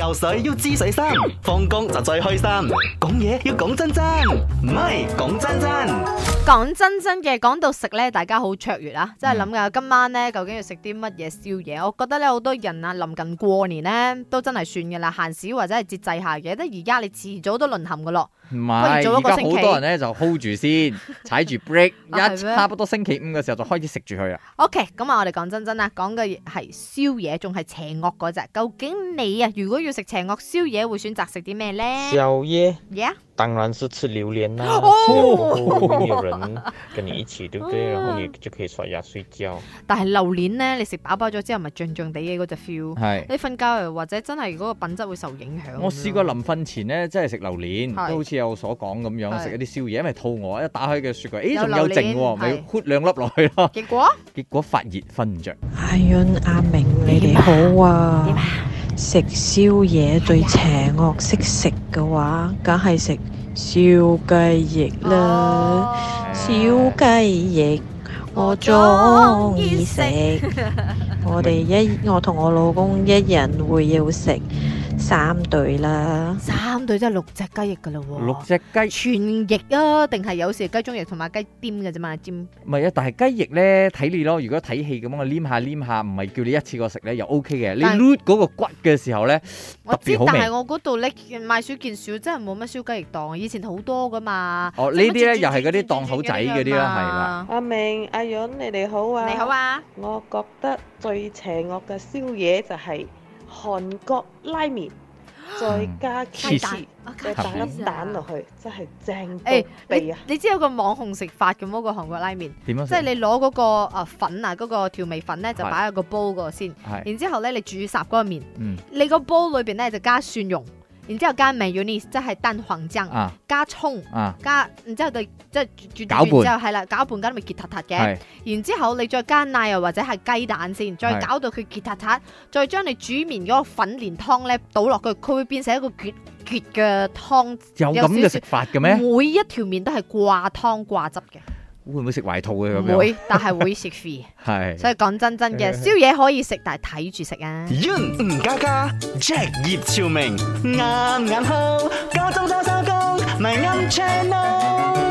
游水要知水深，放工就最開心。講嘢要講真真，唔係講真真。講真真嘅，講到食咧，大家好卓越嗯啊！真係諗噶，今晚咧究竟要食啲乜嘢宵夜？我覺得咧好多人啊，臨近過年咧都真係算噶啦，閒時或者係節制下嘅。得而家你遲早都淪陷噶咯。唔不如係，做一而個家星好期多人咧就 hold 住先， 踩住 break，啊一係咩差不多星期五嘅時候就開始食住佢啦。 OK，咁啊，我哋講真真啦，講嘅係宵夜，仲係邪惡嗰隻。究竟你啊，如果要食邪惡宵夜，會選擇食啲咩咧？宵夜嘢啊当然是吃榴莲啦、哦吃了过后会有人跟你一起，对不对？然后你就可以刷牙睡觉。但係榴蓮咧，你食飽飽咗之後，咪脹脹地嘅嗰只 feel。係，你瞓覺又或者真係嗰個品質會受影響。嗯我試過臨瞓前咧，真係食榴蓮，係都好似有所講咁樣，係食一啲宵夜，因為肚餓，一打開嘅雪櫃，有咦仲有榴剩蓮喎，咪係 hút 兩粒落去 咯。結果。結果發熱瞓唔着。阿潤、阿明，你哋好啊！食宵夜最邪惡識食嘅話，梗係食燒雞翼啦！哦 燒雞翼我中意食，我哋一我同我老公一人會要食三對啦。三對真係六隻雞翼噶啦喎，六隻雞，全翼啊，定係有時雞中翼同埋雞尖嘅啫嘛，尖唔係啊，但係雞翼咧睇你咯。如果睇戲咁，我黏下黏下，唔係叫你一次過食咧，又 O K 嘅。你但 loot 嗰個骨嘅時候咧，我特知，別好但係味。我嗰度咧賣少見少，真係冇乜燒雞翼檔，以前好多噶嘛。哦，呢啲咧又係嗰啲檔口仔嗰啲啦，係啦。係阿明、阿潤，你哋好啊！啊你好！啊，我覺得最邪惡嘅宵夜就係韓國拉麵，啊再加黐雞翅線，再加打芝粒蛋落去，真係正到哦誒痹啊！你你知有個網紅食法嘅麼？個韓國拉麵，點樣即食係？你攞嗰個啊粉啊，嗰個調味粉咧就係擺喺個煲嗰度先，係，然之後咧你煮霎嗰個麵，嗯你個煲裏邊咧就加蒜蓉，然之後加 mayonnaise 即係蛋黃醬，啊加葱。啊，加，然之後就即係煮煮攪完拌之後係啦，攪拌加咪結塔塔嘅，係然之後你再加奶又或者係雞蛋先，再係搞到佢結塔塔，再將你煮麵嗰個粉連湯咧倒落去，佢會變成一個結結嘅湯。有咁嘅食法嘅咩？每一條麵都係掛湯掛汁嘅，會唔會食壞肚嘅咁唔樣？會，但係會食肥。 係。所以講真真 嘅，宵夜可以食，但係睇住食啊。 Yun 吳家家，Jack 葉朝明，啱啱好，加州多收工，咪啱 channel。